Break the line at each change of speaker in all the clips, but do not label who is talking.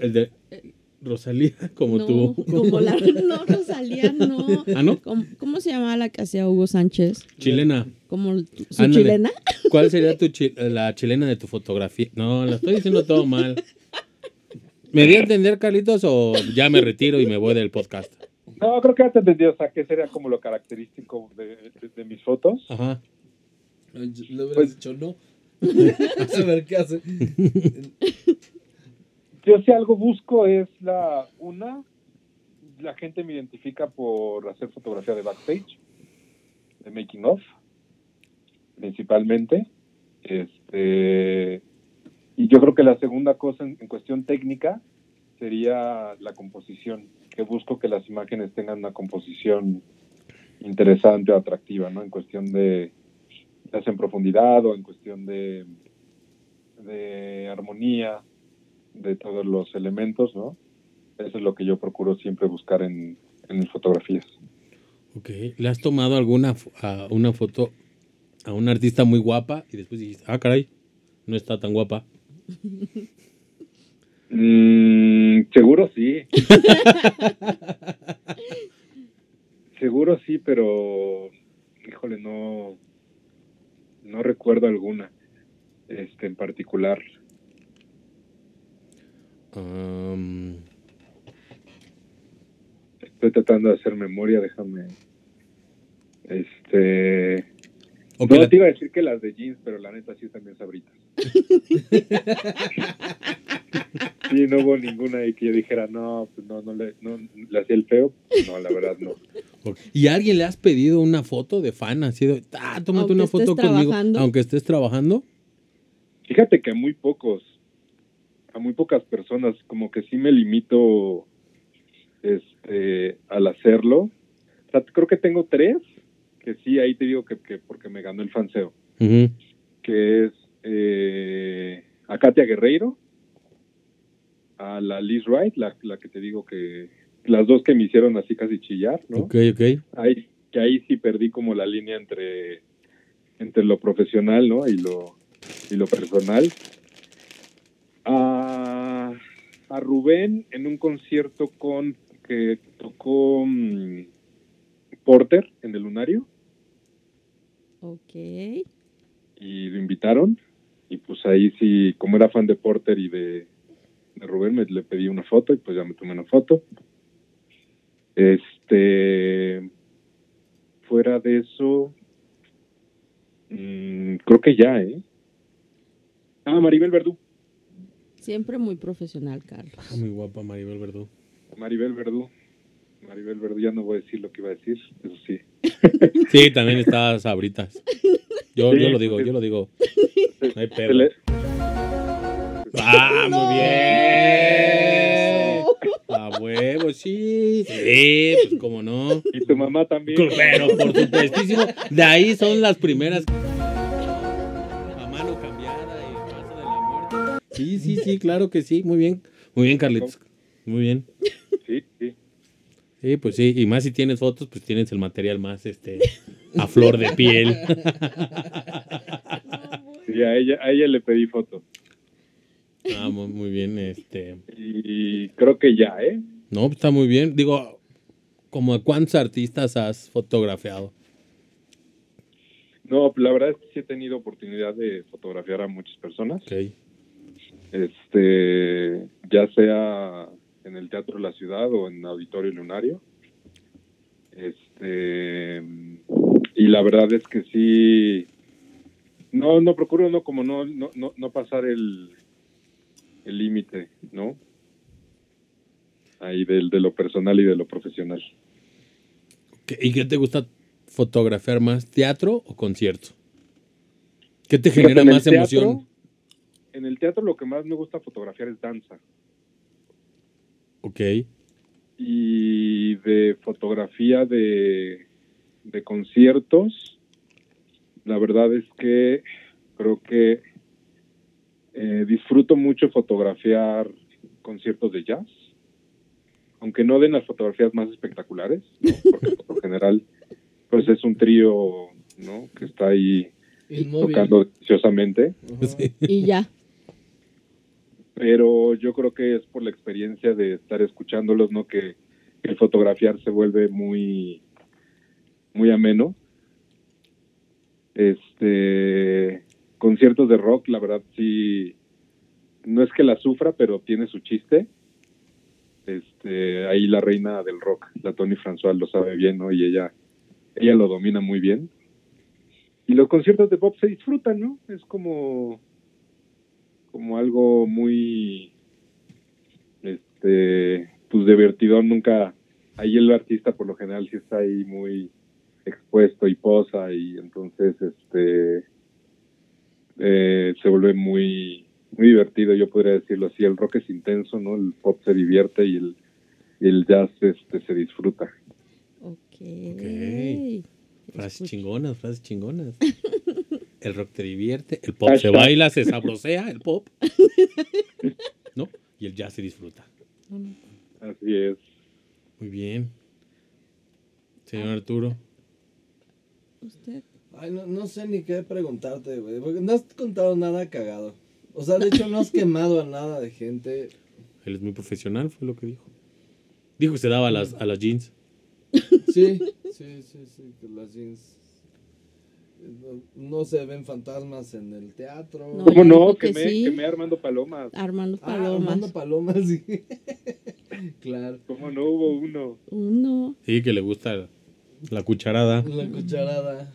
el de eh, Rosalía, como
no,
tú.
Como la, no, Rosalía, no.
Ah, ¿no?
¿Cómo, cómo se llamaba la que hacía Hugo Sánchez?
Chilena.
Como el- su
Ándale.
chilena.
¿Cuál sería tu chi- la chilena de tu fotografía? No, la estoy diciendo todo mal. ¿Me di a entender, Carlitos, o ya me retiro y me voy del podcast?
No, creo que ya te entendí, o sea, que sería como lo característico de, de- de mis fotos.
Ajá.
No, yo- Le hubieras
Pues-
dicho no. a ver qué hace.
Yo si algo busco es la una, la gente me identifica por hacer fotografía de backstage, de making of, principalmente. Este, y yo creo que la segunda cosa en, en cuestión técnica sería la composición, que busco que las imágenes tengan una composición interesante o atractiva, ¿no? En cuestión de, ya sea en profundidad o en cuestión de, de armonía, de todos los elementos, ¿no? Eso es lo que yo procuro siempre buscar en, en mis fotografías.
Ok. ¿Le has tomado alguna fo- a una foto a una artista muy guapa y después dijiste, ah, caray, no está tan guapa?
Mm, seguro sí. seguro sí, pero híjole, no, no recuerdo alguna este, en particular.
Am,
Estoy tratando de hacer memoria, déjame. Este.
o que
No
la-
te iba a decir que las de jeans, pero la neta sí también sabritas. sí, no hubo ninguna ahí que yo dijera, no, pues no, no le, no, le hacía el feo. No, la verdad no.
ok. ¿Y a alguien le has pedido una foto de fan? Así de, ah, tómate
Aunque
una
estés
foto conmigo,
trabajando.
aunque estés trabajando.
Fíjate que a muy pocos, a muy pocas personas, como que sí me limito este, al hacerlo. O sea, creo que tengo tres que sí, ahí te digo que, que porque me ganó el fanseo.
Ujú.
que es eh, a Katia Guerreiro, a la Liz Wright, la, la que te digo que las dos que me hicieron así casi chillar, ¿no?
Ok, ok.
Ahí, que ahí sí perdí como la línea entre, entre lo profesional, ¿no? Y lo, y lo personal. A, a Rubén en un concierto con que tocó mm, Porter en el Lunario.
Ok.
y lo invitaron. Y pues ahí sí, como era fan de Porter y de, de Rubén, me, le pedí una foto y pues ya me tomé una foto. Este, fuera de eso, mm, creo que ya, ¿eh? Ah, Maribel Verdú.
Siempre muy profesional, Carlos.
Muy guapa Maribel Verdú.
Maribel Verdú. Maribel Verdú, ya no voy a decir lo que iba a decir, eso sí.
Sí, también está sabritas. Yo,
Sí,
yo lo digo,
sí.
yo lo digo. No hay
Se
pedo.
Este le-
¡Ah,
No.
muy bien! ¡A huevo, sí! Sí, pues cómo no.
y tu mamá también.
Pero por supuestísimo, de ahí son las primeras. A mano cambiada y paso de la muerte. Sí, sí, sí, claro que sí. Muy bien. Muy bien, Carlitos. Muy bien.
Sí, sí.
Sí, pues sí. Y más si tienes fotos, pues tienes el material más este a flor de piel.
Sí, a ella, a ella le pedí foto.
Ah, mu- muy bien, este.
Y creo que ya, ¿eh?
No, pues está muy bien. Digo, como a cuántos artistas has fotografiado.
No, la verdad es que sí he tenido oportunidad de fotografiar a muchas personas.
Ok.
Este, ya sea en el Teatro de la Ciudad o en Auditorio Lunario. Este, y la verdad es que sí. No, no procuro no como no, no, no, no pasar el el límite, ¿no? Ahí del, de lo personal y de lo profesional.
¿Qué- ¿Y qué te gusta fotografiar más, teatro o concierto? ¿Qué te
Fíjate,
genera
en el
más
teatro-
emoción?
En el teatro lo que más me gusta fotografiar es danza.
Ok,
y de fotografía de, de conciertos. La verdad es que creo que eh, disfruto mucho fotografiar conciertos de jazz, aunque no den las fotografías más espectaculares, ¿no? porque por lo general pues es un trío ¿no? que está ahí
El móvil.
tocando deliciosamente.
Ajá.
Y ya.
pero yo creo que es por la experiencia de estar escuchándolos, ¿no? Que el fotografiar se vuelve muy, muy ameno. Este, conciertos de rock, la verdad sí, no es que la sufra, pero tiene su chiste. Este, ahí la reina del rock, la Tony François, lo sabe bien, ¿no? Y ella, ella lo domina muy bien. Y los conciertos de pop se disfrutan, ¿no? Es como, como algo muy, este, pues divertido. Nunca, ahí el artista por lo general sí está ahí muy expuesto y posa y entonces, este, eh, se vuelve muy, muy divertido, yo podría decirlo así. El rock es intenso, ¿no? El pop se divierte y el, y el jazz este, se disfruta.
Ok.
Frases
Escucha.
chingonas, frases chingonas. El rock te divierte, el pop se
Hashtag.
baila, se sabrosea, el pop. ¿No? Y el jazz se disfruta.
No, no.
Así es.
Muy bien. Señor Arturo.
Usted.
Ay, no, no sé ni qué preguntarte, güey. Porque no has contado nada cagado. O sea, de hecho, no has quemado a nada de gente.
Él es muy profesional, fue lo que dijo. Dijo que se daba a las, a las jeans.
Sí, sí, sí, sí. Que las jeans. No, no se ven fantasmas en el teatro.
No,
¿Cómo
yo creo
no?
que
Que me,
sí.
que me Armando Palomas.
Armando
Ah,
Palomas.
Armando Palomas, sí. claro.
¿Cómo no hubo uno?
Uno.
Sí, que le gusta la cucharada.
La cucharada.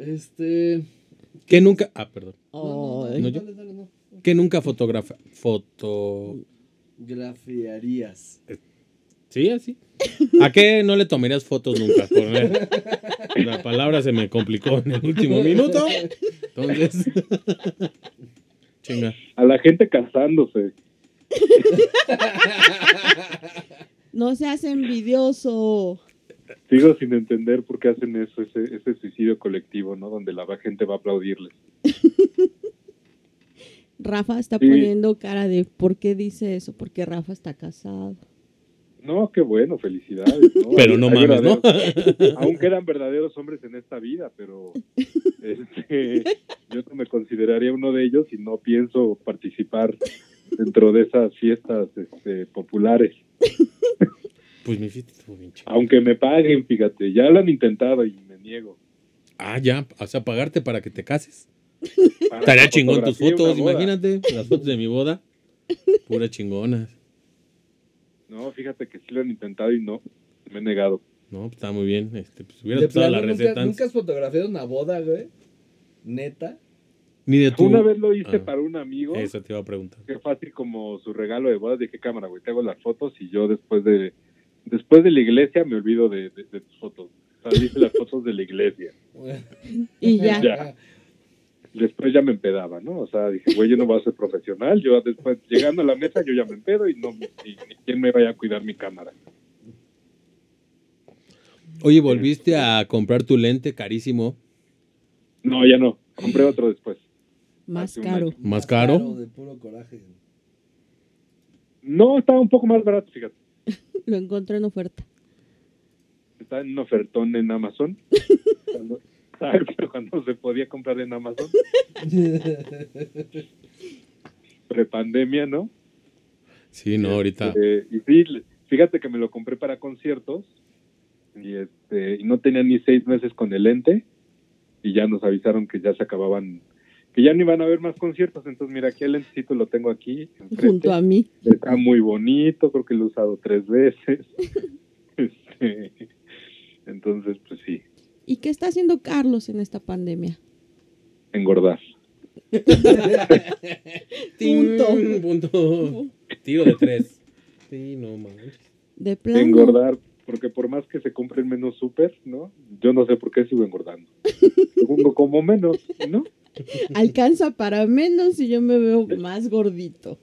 Este.
Que nunca. Ah, perdón.
No, no,
Ay.
No,
no,
yo-
dale, dale, no.
Que nunca fotografa. Foto.
Grafiarías.
Sí, así. ¿A qué no le tomarías fotos nunca? Por ver. La palabra se me complicó en el último minuto. Entonces. Chinga.
A la gente casándose.
No seas envidioso.
Sigo sin entender por qué hacen eso, ese, ese suicidio colectivo, ¿no? Donde la gente va a aplaudirles.
Rafa está
Sí.
poniendo cara de ¿por qué dice eso? Porque Rafa está casado.
No, qué bueno, felicidades. ¿no?
Pero no mames, ¿no?
verdaderos- Aún quedan verdaderos hombres en esta vida, pero este, yo no me consideraría uno de ellos y no pienso participar dentro de esas fiestas este, populares.
Pues mi fiesta estuvo bien chida.
Aunque me paguen, fíjate, ya lo han intentado y me niego.
Ah, ya. O sea, pagarte para que te cases.
Para
Estaría
la
chingón tus
fotografía,
fotos.
una boda.
Imagínate las fotos de mi boda. Pura chingonas.
No, fíjate que sí lo han intentado y no, me he negado.
No, pues, está muy bien. Este, pues hubieras
De
usado la
plano, nunca-
receta.
¿nunca,
antes.
has fotografiado una boda, güey? Neta.
Ni de tu.
Una vez lo hice
Ah.
para un amigo.
Eso te iba a preguntar.
Qué fácil como su regalo de bodas. Dije, cámara, güey, te hago las fotos y yo después de después de la iglesia me olvido de, de- de tus fotos. O sea, hice las fotos de la iglesia.
Y ya.
Ya. Después ya me empedaba, ¿no? O sea, dije, güey, yo no voy a ser profesional. Yo después, llegando a la mesa, yo ya me empedo y no ni, ni quién me vaya a cuidar mi cámara.
Oye, volviste a comprar tu lente carísimo.
No, ya no. Compré otro después.
Más
Hace un
caro.
año.
¿Más caro?
de puro coraje. güey.
No, estaba un poco más barato, fíjate.
Lo encontré en oferta.
Estaba en un ofertón en Amazon. Cuando, cuando se podía comprar en Amazon. Prepandemia, ¿no?
Sí, no, ahorita.
Este, y sí, le- fíjate que me lo compré para conciertos y, este, y no tenía ni seis meses con el lente y ya nos avisaron que ya se acababan, que ya no iban a haber más conciertos. Entonces, mira, aquí el lentecito lo tengo aquí. enfrente.
Junto a mí.
Está muy bonito, creo que lo he usado tres veces. Este, entonces, pues sí,
¿Y qué está haciendo Carlos en esta pandemia?
engordar.
Punto.
Ting, Mm, punto. Tiro de tres. Sí, no manches.
De plano.
Engordar, porque por más que se compren menos súper, ¿no? Yo no sé por qué sigo engordando. Segundo, como menos, ¿no?
Alcanza para menos y yo me veo más gordito.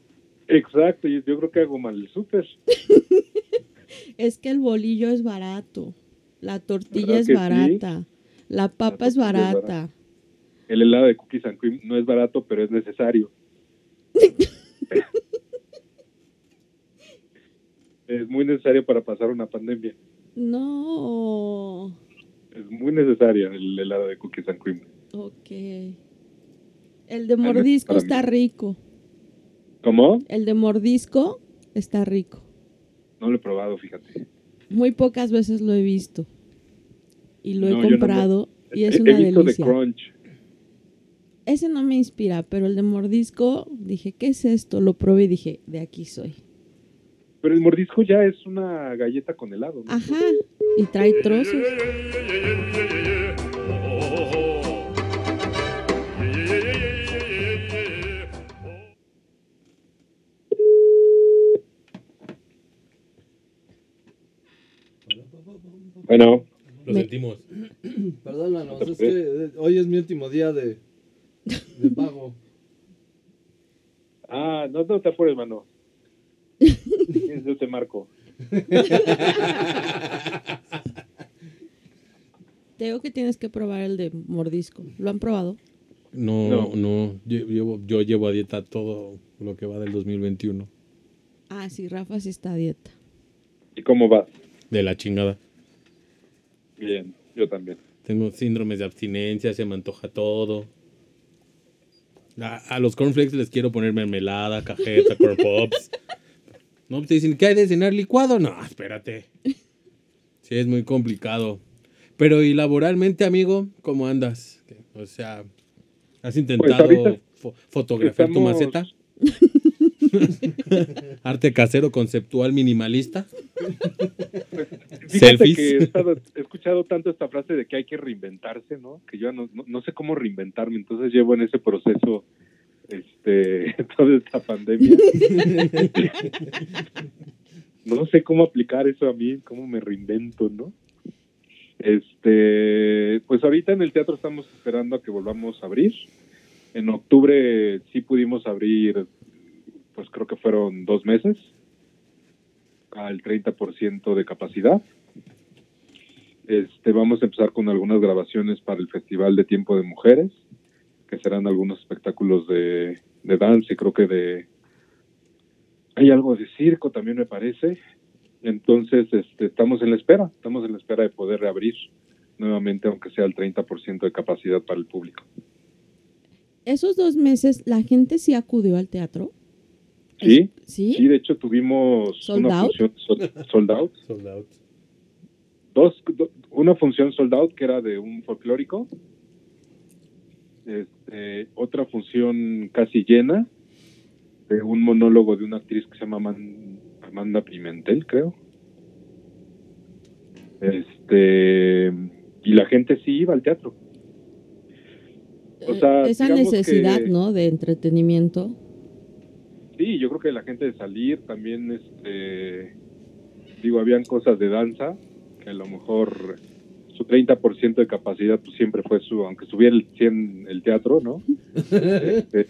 Exacto, yo, yo creo que hago mal el súper.
Es que el bolillo es barato. La tortilla
¿Verdad
es
que sí?
barata. La papa es
tortilla es
barata.
El helado de cookies and cream no es barato, pero es necesario. es muy necesario para pasar una pandemia.
No.
Es muy necesario el helado de cookies and cream.
Ok. El de mordisco
para mí.
está rico.
¿Cómo?
El de mordisco está rico.
No lo he probado, fíjate.
Muy pocas veces lo he visto. Y lo
No,
he
yo no
comprado y es
he,
una
he visto
delicia.
de crunch.
Ese no me inspira, pero el de mordisco, dije, ¿qué es esto? Lo probé y dije, de aquí soy.
Pero el mordisco ya es una galleta con helado. ¿no?
Ajá. Y trae trozos.
Bueno,
Lo
Me-
sentimos.
Perdónanos, es que eh, hoy es mi último día de, de pago.
ah, no, no te apures, mano. Si quieres, Yo te marco.
Te digo que tienes que probar el de mordisco. ¿Lo han probado?
No, no.
No.
Yo, llevo, yo llevo a dieta todo lo que va del 2021.
Ah, sí, Rafa sí está a dieta.
¿Y cómo vas?
De la chingada.
Bien, yo también.
Tengo síndromes de abstinencia, se me antoja todo. A, a los cornflakes les quiero poner mermelada, cajeta, corn pops. No, pues, te dicen, ¿qué hay de cenar licuado? No, espérate. Sí, es muy complicado. Pero y laboralmente, amigo, ¿cómo andas? O sea, ¿has intentado
ahorita
fo- fotografiar tu
estamos-
maceta? Arte casero, conceptual, minimalista.
Fíjate
Selfies.
que he, estado- he escuchado tanto esta frase de que hay que reinventarse, ¿no? Que yo no, no- no sé cómo reinventarme, entonces llevo en ese proceso este, toda esta pandemia. no sé cómo aplicar eso a mí, cómo me reinvento, ¿no? Este, pues ahorita en el teatro estamos esperando a que volvamos a abrir. En octubre sí pudimos abrir, pues creo que fueron dos meses, al 30% de capacidad. Este, vamos a empezar con algunas grabaciones para el Festival de Tiempo de Mujeres, que serán algunos espectáculos de, de danza y creo que de... Hay algo de circo también me parece. Entonces, este, estamos en la espera, estamos en la espera de poder reabrir nuevamente, aunque sea el 30% de capacidad para el público.
Esos dos meses, ¿la gente sí acudió al teatro?
Sí,
¿Sí?
sí, de hecho tuvimos
¿Sold
una
out?
función sol- sold out,
Sold out.
dos, do- una función sold out que era de un folclórico, este, otra función casi llena de un monólogo de una actriz que se llama Man- Amanda Pimentel, creo. Este y la gente sí iba al teatro. o sea,
Eh, Esa
digamos
necesidad,
que-
¿no? De entretenimiento.
Sí, yo creo que la gente de salir también, este, digo, habían cosas de danza, que a lo mejor su 30% de capacidad pues, siempre fue su, aunque subiera el 100 el teatro, ¿no? Este,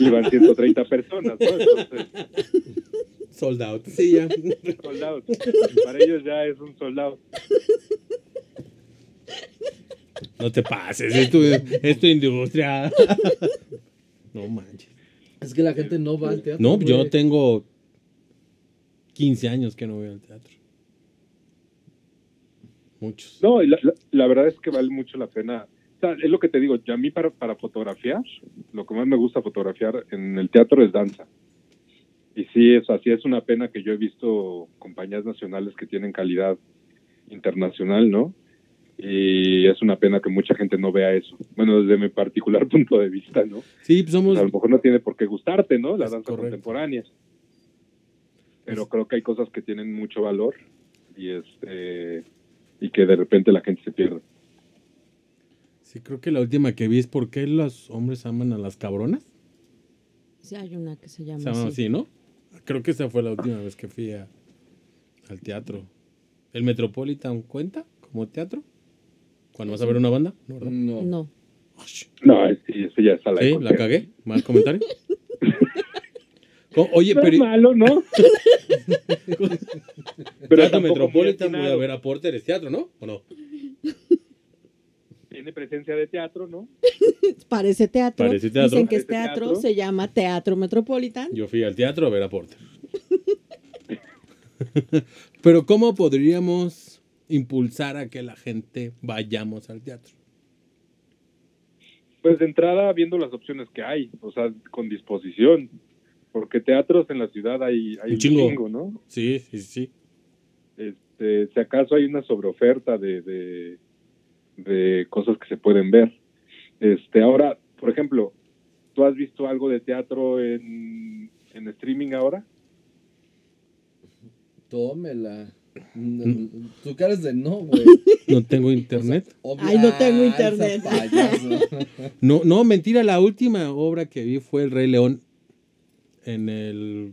iban 130 personas, ¿no? Entonces,
Sold out. Sí, ya.
soldados. Para ellos ya es un soldado.
No te pases, es tu, es tu industria. No manches.
Es que la gente no va al teatro.
No, yo
güey.
tengo 15 años que no voy al teatro. Muchos.
No, y la, la- la verdad es que vale mucho la pena. O sea, es lo que te digo, ya a mí para, para fotografiar, lo que más me gusta fotografiar en el teatro es danza. Y sí, es así, es una pena que yo he visto compañías nacionales que tienen calidad internacional, ¿no? Y es una pena que mucha gente no vea eso. Bueno, desde mi particular punto de vista, ¿no?
Sí, pues somos.
a lo mejor no tiene por qué gustarte, ¿no? La
Es
danza
correcto.
contemporánea. Pero
Es-
creo que hay cosas que tienen mucho valor y este y que de repente la gente se pierde.
Sí, creo que la última que vi es por qué los hombres aman a las cabronas.
Sí, hay una que se llama
Se llama
así.
así, ¿no? Creo que esa fue la última vez que fui a- al teatro. ¿El Metropolitan cuenta como teatro? ¿Cuando vas a ver una banda? No, ¿verdad?
No.
No.
Ush.
No, es- sí, ese ya está la
Sí, la cagué. Mal comentario. Co- Oye,
No es
pero.
malo, ¿no?
Pero
tampoco muy
Metropolitan voy a
atinado.
ver a Porter es teatro, ¿no? ¿O no?
Tiene presencia de teatro, ¿no?
Parece teatro.
Parece teatro.
Dicen que es
Parece
teatro,
teatro.
se llama Teatro Metropolitan.
Yo fui al teatro a ver a Porter. Pero ¿cómo podríamos impulsar a que la gente vayamos al teatro?
Pues de entrada viendo las opciones que hay, o sea, con disposición. Porque teatros en la ciudad hay, hay
Un chingo.
¿no?
Sí, sí, sí.
Este, si acaso hay una sobreoferta de, de, de cosas que se pueden ver. Este, ahora, por ejemplo, ¿tú has visto algo de teatro en, en streaming ahora?
Tómela. No, Tu cara es de no, güey.
No tengo internet.
Obvio.
Ay, no tengo
Ay,
internet.
esa payaso.
No, no, mentira, la última obra que vi fue El Rey León en el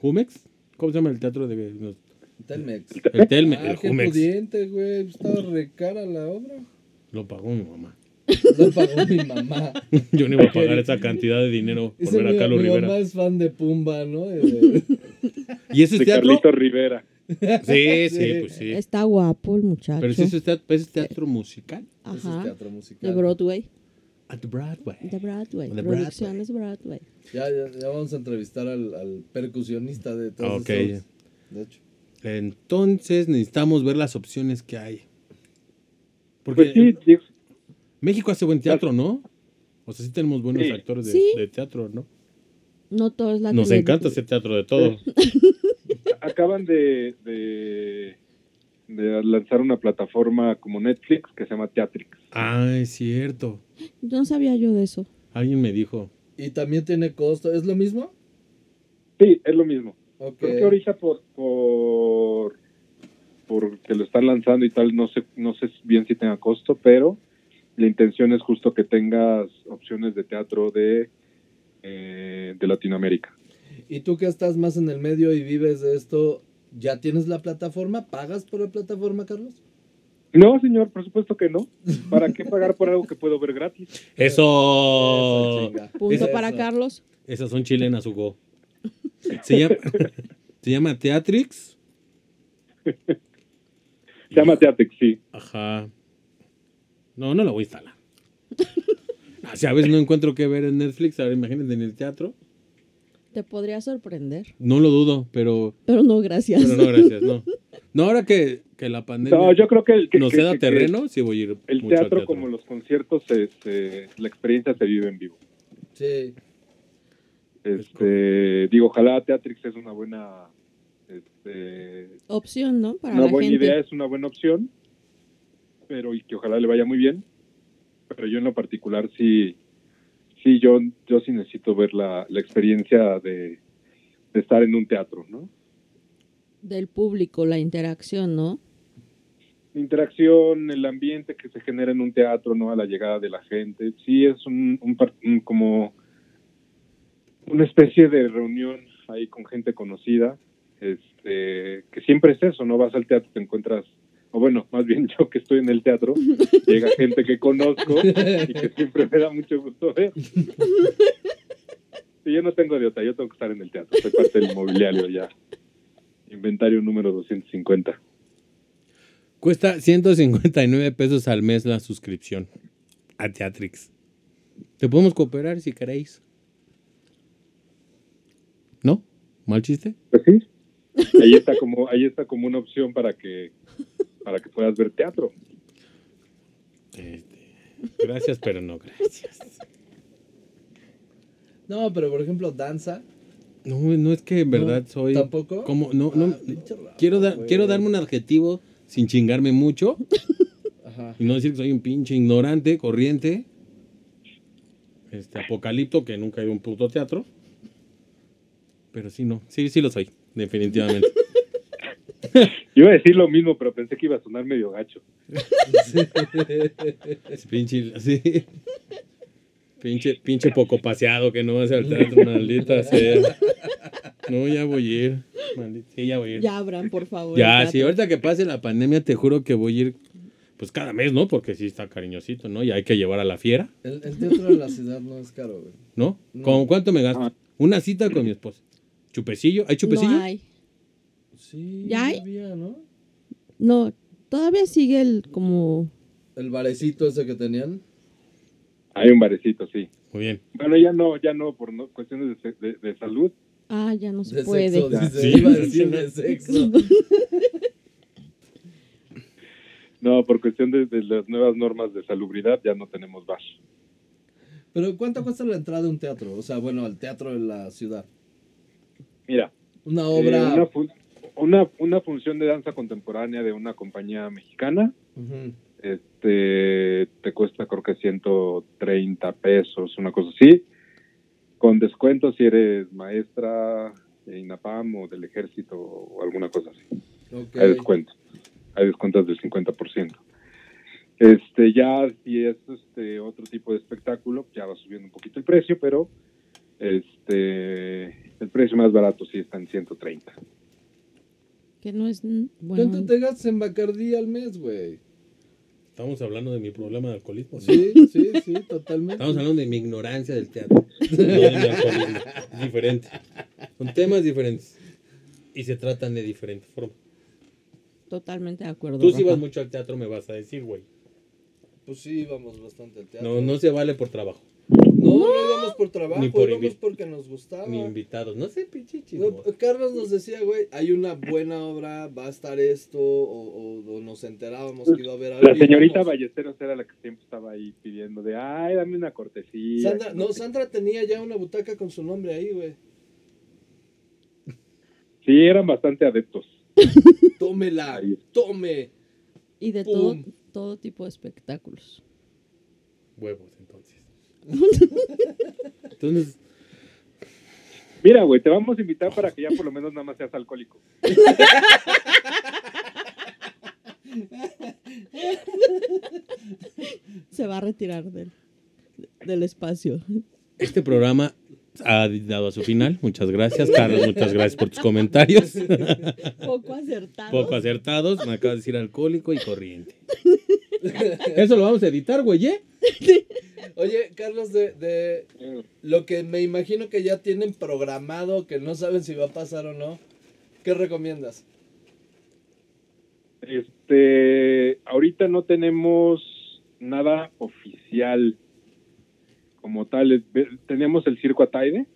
Jumex. ¿Cómo se llama el teatro de
Telmex.
el Telme?
Ah,
el
qué
Jumex.
pudiente, güey. Estaba re cara la obra.
Lo pagó mi mamá.
Lo pagó mi mamá.
Yo no iba a pagar esa cantidad de dinero por
Ese
ver a
mi,
Carlos
mi mamá
Rivera.
es fan de Pumba, ¿no? Y de-
¿Y ese es
De
teatro?
Carlitos Rivera.
Sí, sí,
Sí.
pues sí.
Está guapo el muchacho.
Pero si ese es teatro, ese es teatro musical.
Ese es
Ajá.
teatro musical.
De Broadway.
At Broadway.
De Broadway.
De Broadway.
Producciones Broadway.
Ya, ya, ya vamos a entrevistar al, al percusionista de todos
Ok.
esos- De hecho.
Entonces necesitamos ver las opciones que hay. Porque
Pues sí, sí,
México hace buen teatro, ¿no? O sea, sí tenemos buenos
Sí.
actores de,
Sí.
de teatro, ¿no?
No todo es la
Nos
tele-
encanta hacer teatro de todo.
acaban de, de, de lanzar una plataforma como Netflix que se llama Teatrix.
Ah, es cierto.
No sabía yo de eso.
Alguien me dijo.
Y también tiene costo. ¿Es lo mismo?
Sí, es lo mismo.
Ok.
Creo que ahorita por, por porque lo están lanzando y tal, no sé, no sé bien si tenga costo, pero la intención es justo que tengas opciones de teatro de, eh, de Latinoamérica.
Y tú que estás más en el medio y vives de esto, ¿ya tienes la plataforma? ¿Pagas por la plataforma, Carlos?
No, señor, por supuesto que no. ¿Para qué pagar por algo que puedo ver gratis?
Eso.
Esa chinga.
Punto
Esa.
para Carlos.
Esas son chilenas, Hugo. Se llama, se llama Teatrix.
Se llama Teatrix, sí.
Ajá. No, no la voy a instalar. Ah, Si a veces no encuentro qué ver en Netflix, ahora imagínate en el teatro.
Te podría sorprender.
No lo dudo, pero,
Pero no, gracias.
pero no, gracias, no. No, ahora que, que la pandemia
No, yo creo que el que,
nos
que-
ceda
que- que
terreno, sí voy a ir
el
mucho al
teatro, como los conciertos, se- se- la experiencia se vive en vivo.
Sí.
Este, digo, ojalá Teatrix es una buena este,
Opción, ¿no? Para
una
la
buena
gente.
idea, es una buena opción, pero y que ojalá le vaya muy bien. Pero yo en lo particular sí, sí yo, yo sí necesito ver la, la experiencia de, de estar en un teatro, ¿no?
Del público, la interacción, ¿no?
La interacción, el ambiente que se genera en un teatro, ¿no? A la llegada de la gente. Sí es un, un par- un- como una especie de reunión ahí con gente conocida, este, que siempre es eso, ¿no? Vas al teatro, te encuentras, o bueno, más bien yo que estoy en el teatro, llega gente que conozco y que siempre me da mucho gusto ver. Sí, yo no tengo de otra, yo tengo que estar en el teatro, soy parte del inmobiliario ya. Inventario número 250.
Cuesta 159 pesos al mes la suscripción a Teatrix. Te podemos cooperar si queréis. ¿No? ¿Mal chiste?
Pues sí. Ahí está como, ahí está como una opción para que, para que puedas ver teatro.
Este, gracias, pero no gracias.
No, pero por ejemplo, danza.
No, no es que en verdad
No,
soy.
¿Tampoco?
Como, no, no.
Ah, pinche raro,
quiero, dar,
güey.
quiero darme un adjetivo sin chingarme mucho
Ajá.
y no decir que soy un pinche ignorante, corriente. Este apocalipto que nunca he ido a un puto teatro. Pero sí, no. Sí, sí lo soy, definitivamente.
Yo iba a decir lo mismo, pero pensé que iba a sonar medio gacho.
Es pinche, sí. Pinche, pinche poco paseado que no va a ser al teatro, maldita sea. No, ya voy a ir. Maldita, sí, ya voy a ir.
Ya abran, por favor.
Ya,
el
sí,
teatro.
ahorita que pase la pandemia, te juro que voy a ir, pues cada mes, ¿no? Porque sí está cariñosito, ¿no? Y hay que llevar a la fiera,
El, el teatro de la ciudad no es caro, güey.
¿no?
No.
¿Con cuánto me gasto?
Ah.
Una cita con mi esposa. ¿Chupecillo? ¿Hay chupecillo?
No hay.
Sí.
¿Ya hay?
había, ¿no?
No, todavía sigue el como.
El barecito ese que tenían.
Hay un barecito, sí.
Muy bien.
Bueno, ya no, ya no, por no- cuestiones de, se- de- de salud.
Ah, ya no se
De
puede.
sexo, dice.
Sí.
Iba a decir de sexo.
No, por cuestión de, de las nuevas normas de salubridad ya no tenemos bar.
Pero ¿cuánto cuesta la entrada a un teatro? O sea, bueno, al teatro de la ciudad.
Mira,
Una
eh,
obra.
una, fun- una, una función de danza contemporánea de una compañía mexicana
Ujú.
este te cuesta creo que 130 pesos, una cosa así, con descuento si eres maestra de INAPAM o del ejército o alguna cosa así.
Ok.
Hay descuento, hay descuentos del 50%. Este, ya si es este otro tipo de espectáculo, ya va subiendo un poquito el precio, pero este el precio más barato sí está en 130.
Que no es. mm, Bueno,
¿Cuánto te gastas en Bacardí al mes, güey?
Estamos hablando de mi problema de
Pues
alcoholismo.
Sí, sí, sí, totalmente.
Estamos hablando de mi ignorancia del teatro. No de mi alcoholismo. Es diferente. Son temas diferentes. Y se tratan de diferente forma.
totalmente de acuerdo.
Tú si
Rafa.
vas mucho al teatro me vas a decir, güey.
Pues sí, íbamos bastante al teatro.
No, no se vale por trabajo.
No, no íbamos por trabajo,
Ni por
íbamos
invi-
porque nos gustaba.
Ni invitados. No sé, pinche
No,
chismoso.
Carlos nos decía, güey, hay una buena obra, va a estar esto, o, o- o nos enterábamos que iba a haber algo.
La
y
señorita
íbamos.
Ballesteros era la que siempre estaba ahí pidiendo de, ay, dame una cortesía.
Sandra, no, Sandra tenía ya una butaca con su nombre ahí, güey.
Sí, eran bastante adeptos.
Tómela,
Ahí.
tome.
Y de todo,
Pum.
todo tipo de espectáculos.
Huevos, entonces. Entonces,
Mira, güey, te vamos a invitar para que ya por lo menos nada más seas alcohólico.
Se va a retirar del, del espacio.
este programa ha dado a su final. Muchas gracias, Carlos. Muchas gracias por tus comentarios.
Poco acertado.
Poco acertados. Me acabas de decir alcohólico y corriente. Eso lo vamos a editar, güey, ¿eh?
Oye, Carlos, de, de lo que me imagino que ya tienen programado, que no saben si va a pasar o no, ¿qué recomiendas?
Este, ahorita no tenemos nada oficial como tal. Ve- Tenemos el circo Ataide,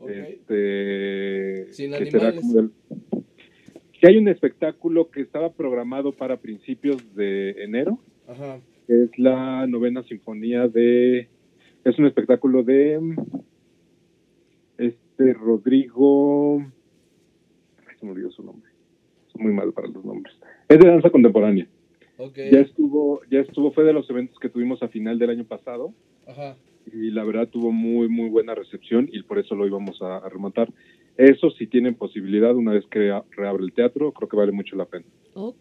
Ok.
este,
Sin
que será
animales.
como del- que hay un espectáculo que estaba programado para principios de enero,
Ajá.
que es la novena sinfonía de, es un espectáculo de mm, este Rodrigo, ay, se me olvidó su nombre, soy muy malo para los nombres, es de danza contemporánea,
Ok.
ya estuvo, ya estuvo, fue de los eventos que tuvimos a final del año pasado,
Ajá.
y la verdad tuvo muy muy buena recepción y por eso lo íbamos a, a rematar. Eso si tienen posibilidad una vez que a- reabre el teatro, creo que vale mucho la pena.
Ok.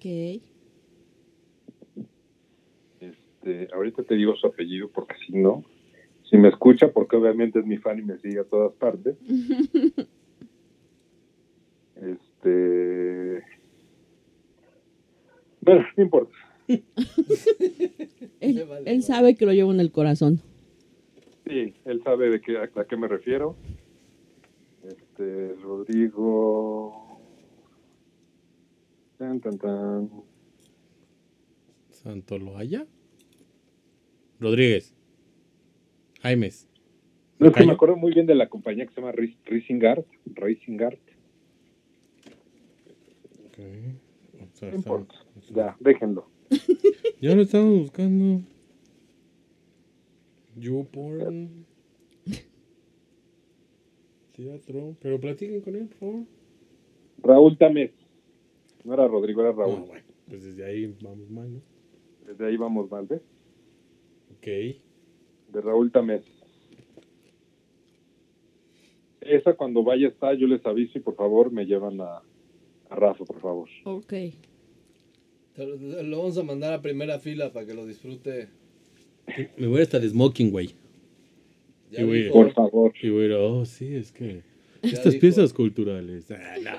Este, ahorita te digo su apellido porque si no, si me escucha, porque obviamente es mi fan y me sigue a todas partes. Este bueno, no importa.
Él,
Me vale,
él
¿no?
sabe que lo llevo en el corazón.
Sí, él sabe de qué, a, a qué me refiero. Este, Rodrigo. Tan, tan, tan.
Santoloaya. Rodríguez. Jaimes.
No, es que
Cayo.
me acuerdo muy bien de la compañía que se llama Ris- Rising Art. Rising Art. No importa. Ya, déjenlo.
Ya lo estamos buscando. YouPorn. Teatro. Pero platiquen con él, por favor.
Raúl Tamés. No era Rodrigo, era Raúl.
No, bueno, pues desde ahí vamos mal, ¿no?
Desde ahí vamos mal, ¿ves?
Ok.
De Raúl Tamés. Esa cuando vaya está, yo les aviso y por favor me llevan a, a Rafa, por favor.
Ok.
Te Lo lo vamos a mandar a primera fila para que lo disfrute.
Me voy hasta de smoking, güey.
Ya
Y voy-
dijo.
Por favor.
Y voy a ir, oh, sí, es que.
Ya
Estas
dijo.
piezas culturales. Ah, no.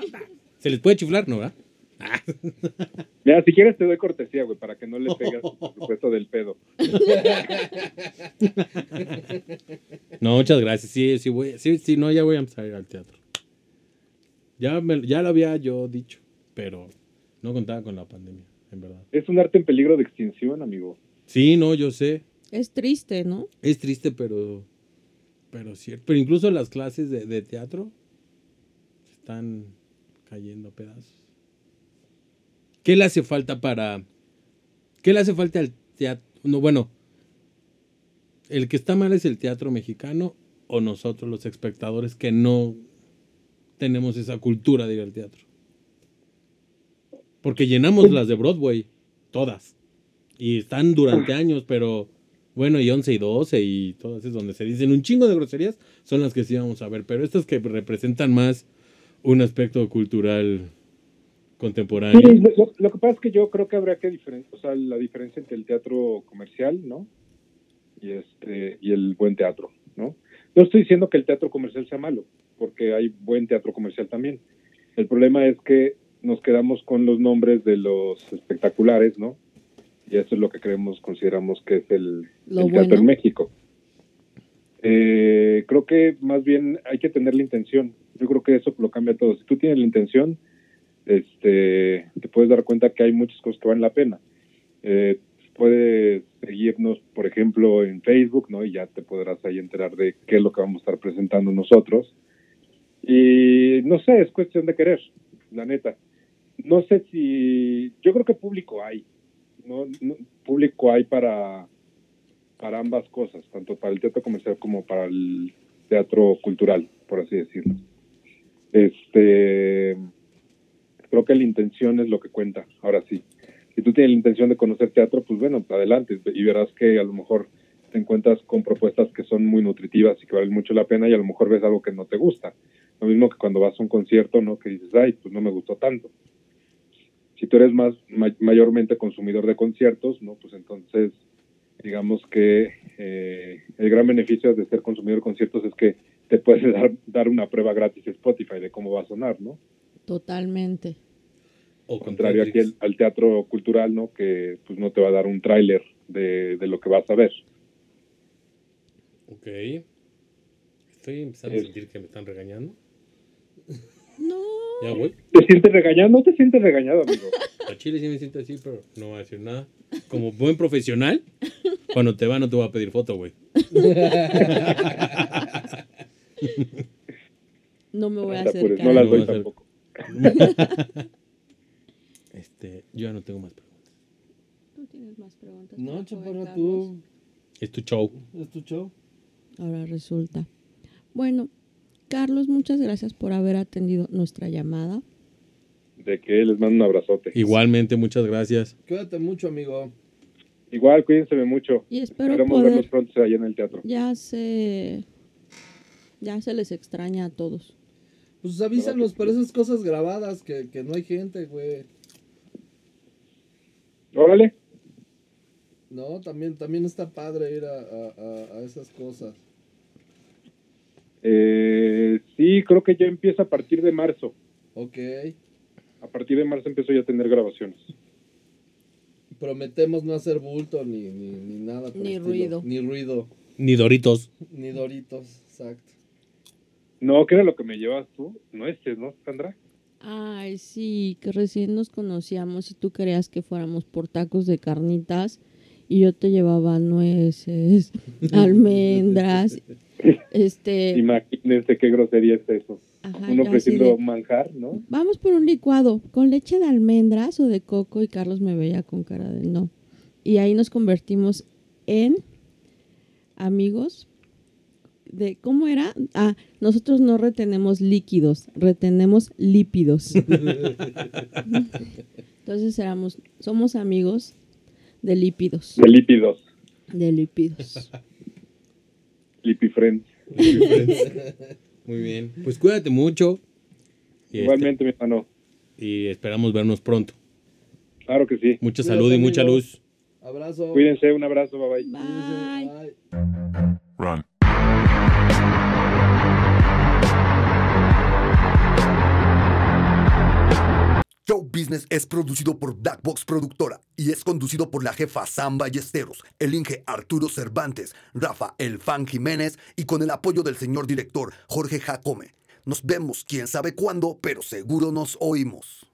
Se les puede chiflar, ¿no? verdad?
Mira, si quieres te doy cortesía, güey, para que no le pegas el presupuesto del pedo.
No, muchas gracias. Sí, sí, voy. Sí, sí, no, ya voy a empezar a ir al teatro. Ya, me- ya lo había yo dicho, pero no contaba con la pandemia, en verdad.
Es un arte en peligro de extinción, amigo.
Sí, no, yo sé.
Es triste, ¿no?
Es triste, pero. Pero cierto. Pero incluso las clases de, de teatro se están cayendo a pedazos. ¿Qué le hace falta para. ¿Qué le hace falta al teatro? No, bueno. ¿El que está mal es el teatro mexicano o nosotros los espectadores que no tenemos esa cultura de ir al teatro. Porque llenamos las de Broadway, todas. Y están durante años, pero bueno, y 11 y 12 y todas es donde se dicen un chingo de groserías, son las que sí vamos a ver. Pero estas que representan más un aspecto cultural
Sí,
contemporáneo.
lo, lo- lo que pasa es que yo creo que habrá que diferenciar, o sea, la diferencia entre el teatro comercial, ¿no? Y este y el buen teatro, ¿no? No estoy diciendo que el teatro comercial sea malo, porque hay buen teatro comercial también. El problema es que nos quedamos con los nombres de los espectaculares, ¿no? Y eso es lo que creemos, consideramos que es el,
Lo
el teatro
bueno.
en México. Eh, creo que más bien hay que tener la intención. Yo creo que eso lo cambia todo. Si tú tienes la intención, este, te puedes dar cuenta que hay muchas cosas que valen la pena. Eh, puedes seguirnos, por ejemplo, en Facebook, ¿no? Y ya te podrás ahí enterar de qué es lo que vamos a estar presentando nosotros. Y no sé, es cuestión de querer, la neta. No sé si, yo creo que público hay, ¿no? No, público hay para, para ambas cosas, tanto para el teatro comercial como para el teatro cultural, por así decirlo. Este, creo que la intención es lo que cuenta, ahora sí. Si tú tienes la intención de conocer teatro, pues bueno, adelante y verás que a lo mejor te encuentras con propuestas que son muy nutritivas y que valen mucho la pena y a lo mejor ves algo que no te gusta. Lo mismo que cuando vas a un concierto, ¿no? Que dices, ay, pues no me gustó tanto. Si tú eres más ma- mayormente consumidor de conciertos, ¿no? Pues entonces, digamos que eh, el gran beneficio de ser consumidor de conciertos es que te puedes dar, dar una prueba gratis a Spotify de cómo va a sonar, ¿no?
Totalmente.
O
contrario aquí al, al teatro cultural, ¿no? Que pues no te va a dar un tráiler de, de lo que vas a ver.
Ok. Estoy empezando a sentir que me están regañando.
No.
Ya voy.
¿Te sientes regañado? No te sientes regañado, amigo.
A Chile sí me siento así, pero no voy a decir nada. Como buen profesional, cuando te va no te voy a pedir foto, güey.
No me voy a
No te
acercar.
apures, pues, no las
No,
doy
no,
tampoco.
Este, yo ya no tengo más preguntas.
Tú tienes más preguntas.
No,
para
chaparro,
poder
tú.
Es tu show.
Es tu show.
darnos. Ahora resulta. Bueno, Carlos, muchas gracias por haber atendido nuestra llamada.
De que les mando un abrazote.
Igualmente, muchas gracias.
Cuídate mucho, amigo.
Igual, cuídense mucho.
Y espero
Esperamos
poder-
verlos pronto allá en el teatro.
Ya se. Ya se les extraña a todos.
Pues avísanos para esas cosas grabadas que, que no hay gente, güey.
Órale.
No, también, también está padre ir a, a- a- a esas cosas.
Eh, sí, creo que ya empieza a partir de marzo.
Ok.
A partir de marzo empiezo ya a tener grabaciones.
Prometemos no hacer bulto ni, ni, ni nada. por
Ni
el
ruido.
Ni ruido.
Ni Doritos.
Ni doritos, exacto.
No, ¿qué era lo que me llevas tú? No este, ¿no, Sandra?
Ay, sí, que recién nos conocíamos y tú querías que fuéramos por tacos de carnitas y yo te llevaba nueces, almendras, este,
Imagínense qué grosería es eso.
ajá, ya
Uno
así de,
ofreciendo manjar, ¿no?
vamos por un licuado con leche de almendras o de coco y Carlos me veía con cara de no. Y ahí nos convertimos en amigos de cómo era? Ah, nosotros no retenemos líquidos, retenemos lípidos. Entonces éramos somos amigos de lípidos,
De lípidos.
de lípidos.
Lipifriend.
Muy bien. Pues cuídate mucho. Y, este,
Igualmente, mi hermano.
y esperamos vernos pronto.
Claro que sí.
Mucha
Cuídate,
salud y mucha
amigo.
luz.
Abrazo.
Cuídense, un abrazo, bye bye.
Bye.
Bye.
Run.
Show Business es producido por Blackbox Productora y es conducido por la jefa Sam Ballesteros, el Inge Arturo Cervantes, Rafa El Fan Jiménez y con el apoyo del señor director Jorge Jacome. Nos vemos quién sabe cuándo, pero seguro nos oímos.